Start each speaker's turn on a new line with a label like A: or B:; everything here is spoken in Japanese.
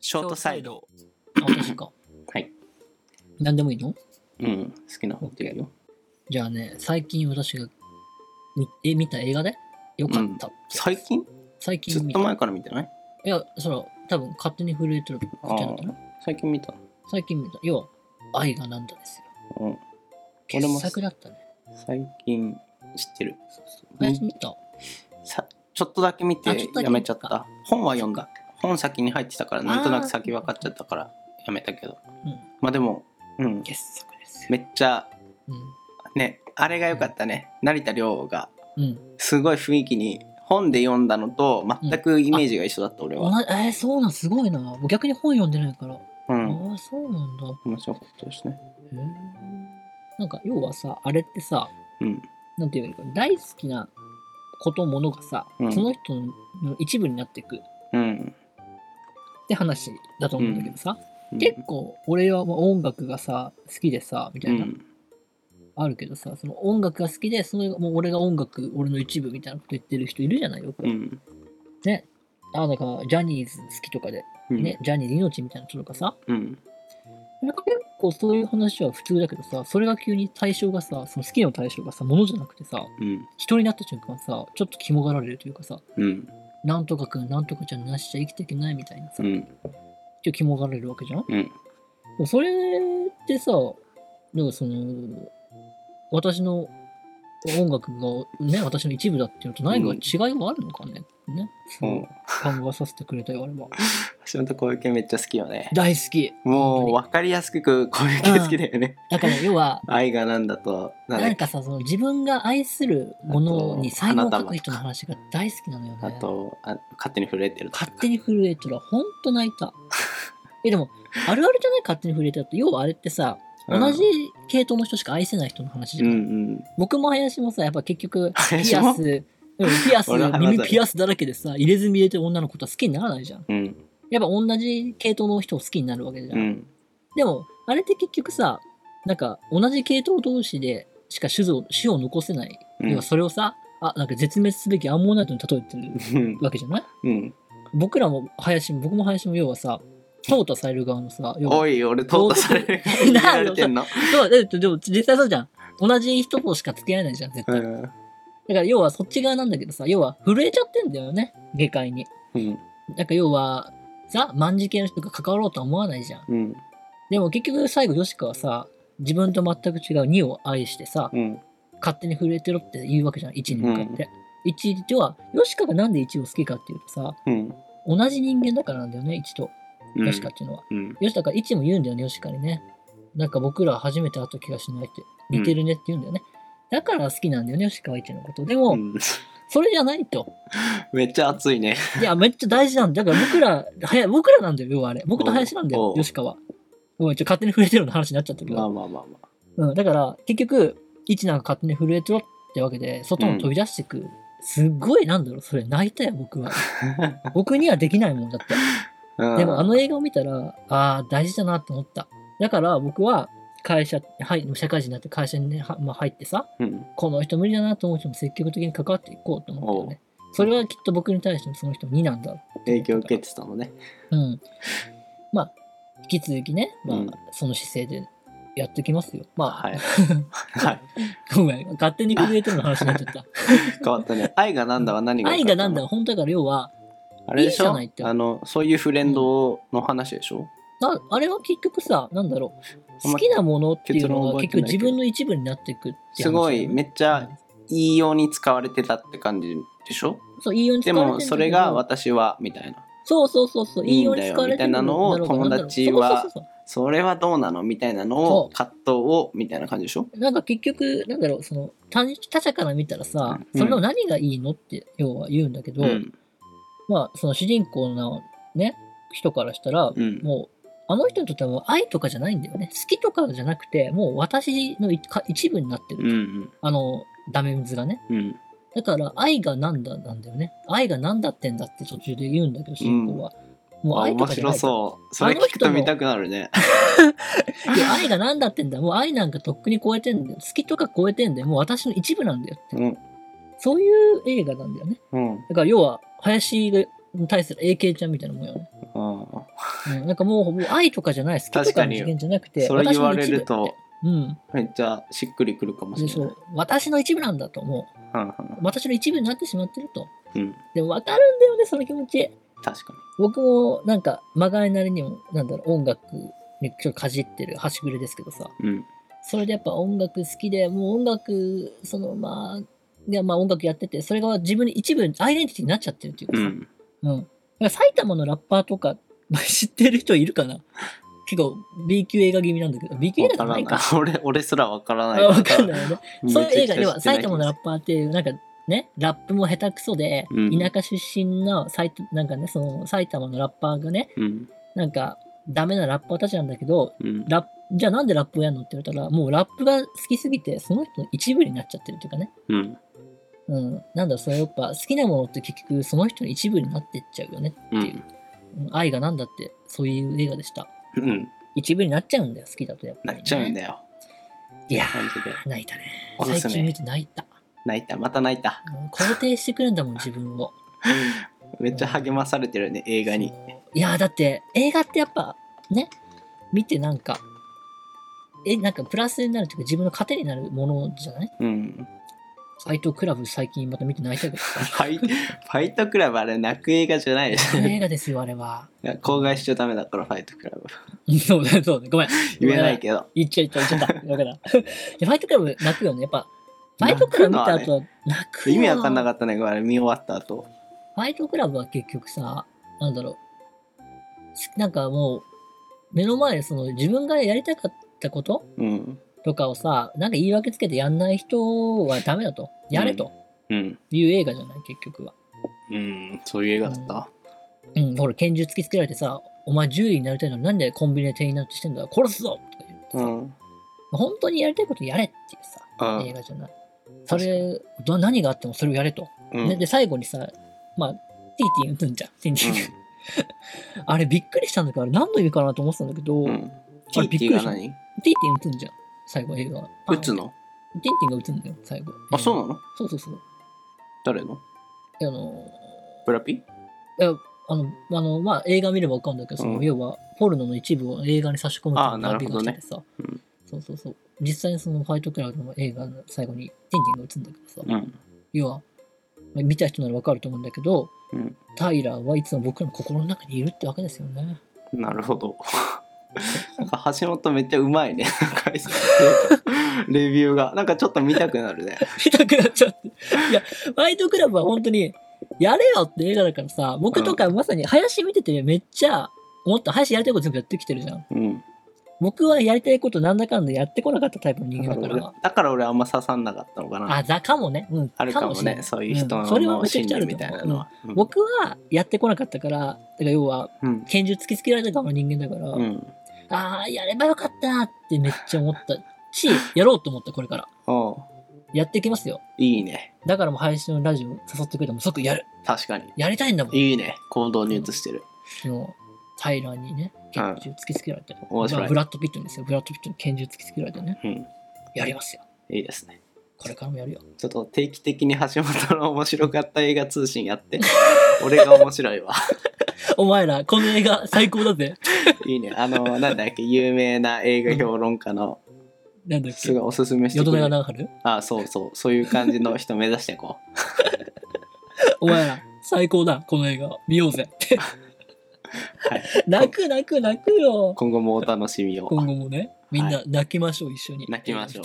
A: ショートサイド。
B: あ、確か。
A: はい。
B: 何でもいいの
A: うん、好きな方でやるよ。
B: じゃあね、最近私が見え見た映画でよかった、
A: 最近
B: 最
A: ず
B: 近
A: っ
B: 見
A: と
B: た。
A: 前から見てない
B: いや、それは多分勝手に震えてるだけなんだな。
A: 最近見た。
B: 最近見た。要は、愛がなんだですよ。
A: うん、俺も
B: 傑作だったね。
A: 最近知ってる。
B: 最近見た。
A: さちょっとだけ見
B: あちょ
A: て
B: っとだけ
A: やめちゃっ
B: 見た
A: た。本は読んだ。本先に入ってたから、なんとなく先分かっちゃったからやめたけど。
B: うん。
A: まあでも、うん、
B: 傑作ですよ。
A: めっちゃ、
B: う
A: ね、あれが良かったね。成田凌が、
B: ん。うん。
A: すごい雰囲気に、本で読んだのと全くイメージが一緒だった、俺
B: お
A: は。
B: なえー、そうなん、すごいな。僕逆に本読んでないから。
A: うん。
B: ああ、そうなんだ。
A: 面白かったですね。
B: へえ。なんか、要はさ、あれってさ、
A: うん。
B: なんていうか、大好きなこと、ものがさ、
A: うん
B: その人の一部になっていくっ
A: うん。
B: て話だと思うんだけどさ、
A: うん
B: 結構俺はもう音楽がさ、好きでさ、みた
A: う
B: いな、
A: ん。
B: あるけどさ、その音楽が好きで、そのもう俺が音楽、俺の一部みたいなこと言ってる人いるじゃないよく。
A: うん。
B: ね。あ、だから、ジャニーズ好きとかで、
A: うん
B: ね、ジャニーズ命みたいな人とかさ、
A: うん。
B: なんか結構そういう話は普通だけどさ、それが急に対象がさ、その好きの対象がさ、ものじゃなくてさ、
A: うん。
B: 人になった瞬間さ、ちょっと肝がられるというかさ、
A: うん。
B: なんとかくん、なんとかちゃんなしちゃ生きていけないみたいな
A: う
B: さ、ちょっ
A: ん。
B: と肝がられるわけじゃんで
A: うん。
B: もそれってさ、なんかその、私の音楽がね、私の一部だっていうのと何か違いはあるのかね、ね。そうう、考えさせてくれたよ、あれは。
A: 橋本小池めっちゃ好きよね。
B: 大好き。
A: もう分かりやすく小池好きだよね。
B: だから要は、
A: 愛がなんだと、なんだ
B: な
A: っ
B: ん
A: け
B: かさ、その自分が愛するものに才能を
A: あと
B: 書く人の話が大好きなのよ
A: あ
B: ね。
A: とあ、勝手に震えてるとか。
B: 勝手に震えたら、ほんと泣いた。 え、でも、あるあるじゃない勝手に震えたって。要はあれってさ、
A: うん
B: 同じ系統の人しか愛せない人の話じ
A: う
B: ゃ
A: ん
B: ん。
A: うん。
B: 僕も林もさ、やっぱ結局、
A: 林
B: ピ
A: も
B: アス、うんピアス、
A: 俺は話
B: 耳
A: だよ
B: ピアスだらけでさ、入れ墨入れてる女の子とは好きにならないじゃん。
A: うん。
B: やっぱ同じ系統の人を好きになるわけじゃ。
A: うんん。
B: でも、あれって結局さ、なんか同じ系統同士でしか種族種を残せない
A: うん
B: 要は。それをさ、あ、なんか絶滅すべきアンモナイトに例えてる
A: うん
B: わけじゃない
A: うん。
B: 僕らも林も、僕も林も要はさ、淘汰される側のさ、要
A: お
B: は。
A: い、俺、淘汰される。
B: う
A: 言われて んの。
B: そうだってでも実際そうじゃん。同じ人としか付き合えないじゃん、絶
A: う
B: 対。だ
A: ん。
B: から要はそっち側なんだけどさ、要は震えちゃってんだよね、下界に。
A: うん。
B: なんか要は、さ、万事系の人が関わろうとは思わないじゃん。
A: うん。
B: でも結局最後、ヨシカはさ、自分と全く違う2を愛してさ、
A: うん。
B: 勝手に震えてろって言うわけじゃん、1に向かって。1、要は、ヨシカがなんで1を好きかっていうとさ、
A: うん。
B: 同じ人間だからなんだよね、1と、
A: うん
B: ヨシカっていうのは。
A: うん。
B: ヨシだから1も言うんだよね、ヨシカにね。なんか僕ら初めて会った気がしないって、似てるねって言うんだよね。だから好きなんだよね、ヨシカは1のこと。でも、
A: うん
B: それじゃないと。
A: めっちゃ熱いね。
B: いや、めっちゃ大事なんだ。だから僕ら、はや僕らなんだよ、要はあれ。僕と林なんだ
A: おう
B: よ
A: お、う
B: ヨシカは。ごめん、ちょっと勝手に触れてるの話になっちゃったけ
A: まあ
B: ど。
A: まあまあまあ。
B: うん、だから、結局、1なんか勝手に震えてろってわけで、外に飛び出してく。すっごい、なんだろう、それ、泣いたよ、僕は。僕にはできないもんだって。
A: うん
B: でもあの映画を見たら、ああ、大事だなって思った。だから僕は会社、はい、社会人になって会社に、ねはまあ、入ってさ、
A: うん
B: この人無理だなと思う人も積極的に関わっていこうと思ったよね。それはきっと僕に対してもその人2なんだ。
A: 影響受けてたのね。
B: うん。まあ、引き続きね、まあ
A: うん、
B: その姿勢でやってきますよ。まあ、
A: はい。 はい。
B: ごめん、勝手に震えてるの話になっ ちゃった。
A: 変わったね。愛がなんだは何が良か
B: 愛
A: ったの
B: がなんだよ、本当だから要は、
A: あれでしょ
B: いいじゃないって
A: あの、そういうフレンドの話でしょ、
B: なあれは結局さ、なんだろう、
A: あんま
B: 好きなものっていう
A: 結論
B: のが
A: 覚え
B: 結
A: て
B: 局
A: ないけ
B: 自
A: ど
B: 分の一部になっていくっていう話
A: すごい、めっちゃ
B: うん
A: いいように使われてたって感じでしょ
B: そう、いいように使
A: で
B: われてるん
A: も、
B: だけど
A: それが私は、みたいな。
B: そうそうそうそう、
A: い
B: い
A: い
B: い
A: ん
B: よう
A: だ
B: に
A: よ
B: 使われてる
A: みたいなのを
B: ろうが
A: 友達は
B: なんだろうそうそうそう
A: それはどうなのみたいなの
B: そ
A: を、
B: う
A: 葛藤を、みたいな感じでしょ
B: そうなんか結局、なんだろう、その他人他者から見たらさ、
A: うん
B: それの何がいいのって要は言うんだけど、
A: うん。
B: まあ、その主人公のね、人からしたら、
A: うん。
B: もう、あの人にとってはもう愛とかじゃないんだよね。好きとかじゃなくて、もう私の一か一部になって
A: うん
B: る。
A: うん。
B: あの、ダメ水がね。
A: うん。
B: だから、愛がなんだなんだよね。愛がなんだってんだって途中で言うんだけど、主人公は。もう
A: あ
B: 愛と
A: 面
B: かじゃな
A: 白
B: い。
A: そう。それ聞くと見たくなるね。
B: いや、愛が何だってんだ。もう愛なんかとっくに超えてんだよ。好きとか超えてんだよ。もう私の一部なんだよって。
A: うん。
B: そういう映画なんだよね。
A: うん。
B: だから要は、林に対する AK ちゃんみたいなもんよね。
A: ああ。
B: うんなんかもう、もう愛とかじゃない、好きと
A: 確
B: か
A: か
B: の
A: に
B: 次元じゃなくて、
A: それ言われ
B: 私の一
A: る
B: 部
A: と
B: うん、
A: めっちゃしっくりくるかもし
B: で
A: れ
B: そ。
A: ないう
B: 私の一部なんだと
A: う
B: 思う。
A: ん
B: 私の一部になってしまってると。
A: うんうん
B: でも、わかるんだよね、その気持ち。
A: 確か
B: 僕も、なんか、まがいなりにも、なんだろう、音楽にちょっとかじってる、端くれですけどさ。
A: にうん
B: それでやっぱ音楽好きで、もう音楽、そのまあ、いやまあ音楽やってて、それが自分に一部、アイデンティティになっちゃってるっていうか
A: う
B: さ。
A: ん
B: うん。だから埼玉のラッパーとか、 まあ知ってる人いるかな結構 B 級映画気味なんだけど、B 級映画
A: わ
B: じ
A: か
B: ゃ
A: ら
B: な
A: ないい
B: か。
A: 俺俺すらわから
B: あ
A: ない
B: わかんないよね。
A: めち
B: そ
A: ゃ
B: う
A: く
B: いう
A: ちゃ
B: 映画では、
A: 知ら
B: 埼
A: ない
B: 玉のラッパーっていう、なんかね、ラップも下手くそで、
A: うん
B: 田舎出身の、埼なんかね、その埼玉のラッパーがね、
A: うん
B: なんか、ダメなラッパーたちなんだけど、
A: うん
B: ラップじゃあなんでラップをやるのって言われたら、もうラップが好きすぎて、その人の一部になっちゃってるっていうかね。
A: うん
B: うん。なんだろう、それやっぱ好きなものって結局その人の一部になってっちゃうよね。
A: うん
B: うん愛がなんだって、そういう映画でした。
A: うん
B: 一部になっちゃうんだよ、好きだとやっぱり、
A: 泣いちゃうんだよ
B: いや
A: 感じで
B: 泣いたね。
A: おすす
B: 最近見
A: め
B: て泣いた。
A: 泣いたまた泣いた
B: うん肯定してくれるんだもん、自分を。
A: めっちゃ励まされてるね映画に
B: いやーだって映画ってやっぱね見てなんかえなんかプラスになるというか自分の糧になるものじゃない
A: うん
B: ファイトクラブ最近また見て泣いたけど
A: ファイファイトクラブあれ泣く映画じゃないで しょ
B: 映画ですよあれは
A: いや公害しちゃダメだからファイトクラブ
B: そうだそうだごめん
A: 言えないけど
B: 言っちゃい言っちゃっただからファイトクラブ泣くよねやっぱファイトクラブ見た後は泣くよ
A: 意味わかんなか
B: っ
A: ったねこれあれ見終わった後
B: たファイトクラブは結局さなんだろうしなんかもう目の前でその自分がやりたかったこと
A: うん
B: とかをさ、なんか言い訳つけてやんない人はダメだと。やれと
A: うん
B: いう映画じゃない、結局は。
A: うんそういう映画だった
B: うん、ほら、拳銃突きつけられてさ、お前獣医になりたいのになんでコンビニで店員なんてしてんだ殺すぞとか言ってさ、
A: うん
B: 本当にやりたいことやれっていうさ、
A: あ
B: 映画じゃない。それ、ど何があってもそれをやれと。
A: うん
B: ねで、最後にさ、まあ、ティーティン打つんじゃん。ティーティン。あれびっくりしたんだけど、あれ何の意味かなと思ってたんだけど、
A: うんう
B: ティー
A: んティーティーが何
B: ティン打つんじゃん。最後映画は。
A: 打つの
B: ティーティンが打つんだよ、最後。
A: あそう
B: の
A: なの
B: そうそうそう。
A: 誰の
B: あの
A: ブラピ
B: いや、あの、あの、まあ、映画見ればわかるんだけど、その、
A: うん
B: 要は、ポルノの一部を映画に差し込む
A: あーなるほどね
B: てさ、
A: うん
B: そうそうそう。実際にその、ファイトクラブの映画の最後に、ティンティンが映るんだけどさ、
A: うん
B: 要は、まあ見た人ならわかると思うんだけど、
A: うん
B: タイラーはいつも僕らの心の中にいるってわけですよね。
A: なるほど なんか橋本めっちゃうまいね解説レビューがなんかちょっと見たくなるね
B: 痛くなっちゃって。いや、ファイトクラブは本当に、やれよって映画だからさ、僕とかまさに林見ててめっちゃ思った。林やりたいこと全部やってきてるじゃん。
A: うん
B: 僕はやりたいことなんだかんだやってこなかったタイプの人間
A: だか
B: だ
A: ら
B: か
A: 俺
B: ら。
A: だから俺あんま刺さんなかったのかな
B: あ、ざかもね。うん。
A: あるかも
B: しれ
A: ね
B: ない
A: そういう人
B: んそれは
A: の
B: めちゃ
A: 心
B: くちゃあ
A: 理み
B: ると
A: たい
B: 思う
A: なのは
B: うん僕はやってこなかったから、だから要は、
A: うん
B: 拳銃突きつけられた側の人間だから、
A: うん
B: ああ、やればよかったってめっちゃ思ったし、やろうと思った、これから。
A: おう
B: やっていきますよ。
A: いいね
B: だからもう配信のラジオ誘ってくれたらもう即やる。
A: 確かに
B: やりたいんだもん。
A: いいね行動に移してる
B: 昨日、タイラーにね、拳銃突きつけられて。
A: 面白い
B: まあブラッド・ピットにですよ。ブラッド・ピットに拳銃突きつけられてね。
A: うん
B: やりますよ。
A: いいですね
B: これからもやるよ。
A: ちょっと定期的に橋本の面白かった映画通信やって 俺が面白いわ
B: お前ら、この映画最高 だぜ。
A: いいねあのなんだっけ有名な映画評論家の
B: なんだっ
A: す
B: け
A: ごい。おすすめして
B: 淀
A: くれ
B: 川
A: る
B: 長春
A: あそうそうそういう感じの人目指していこう
B: お前ら、最高だ、この映画。見ようぜ。
A: はい
B: 泣く泣く泣くよ。
A: 今後もお楽しみを
B: 今後もね、みん
A: は
B: な泣きましょう、一緒に。
A: 泣きましょう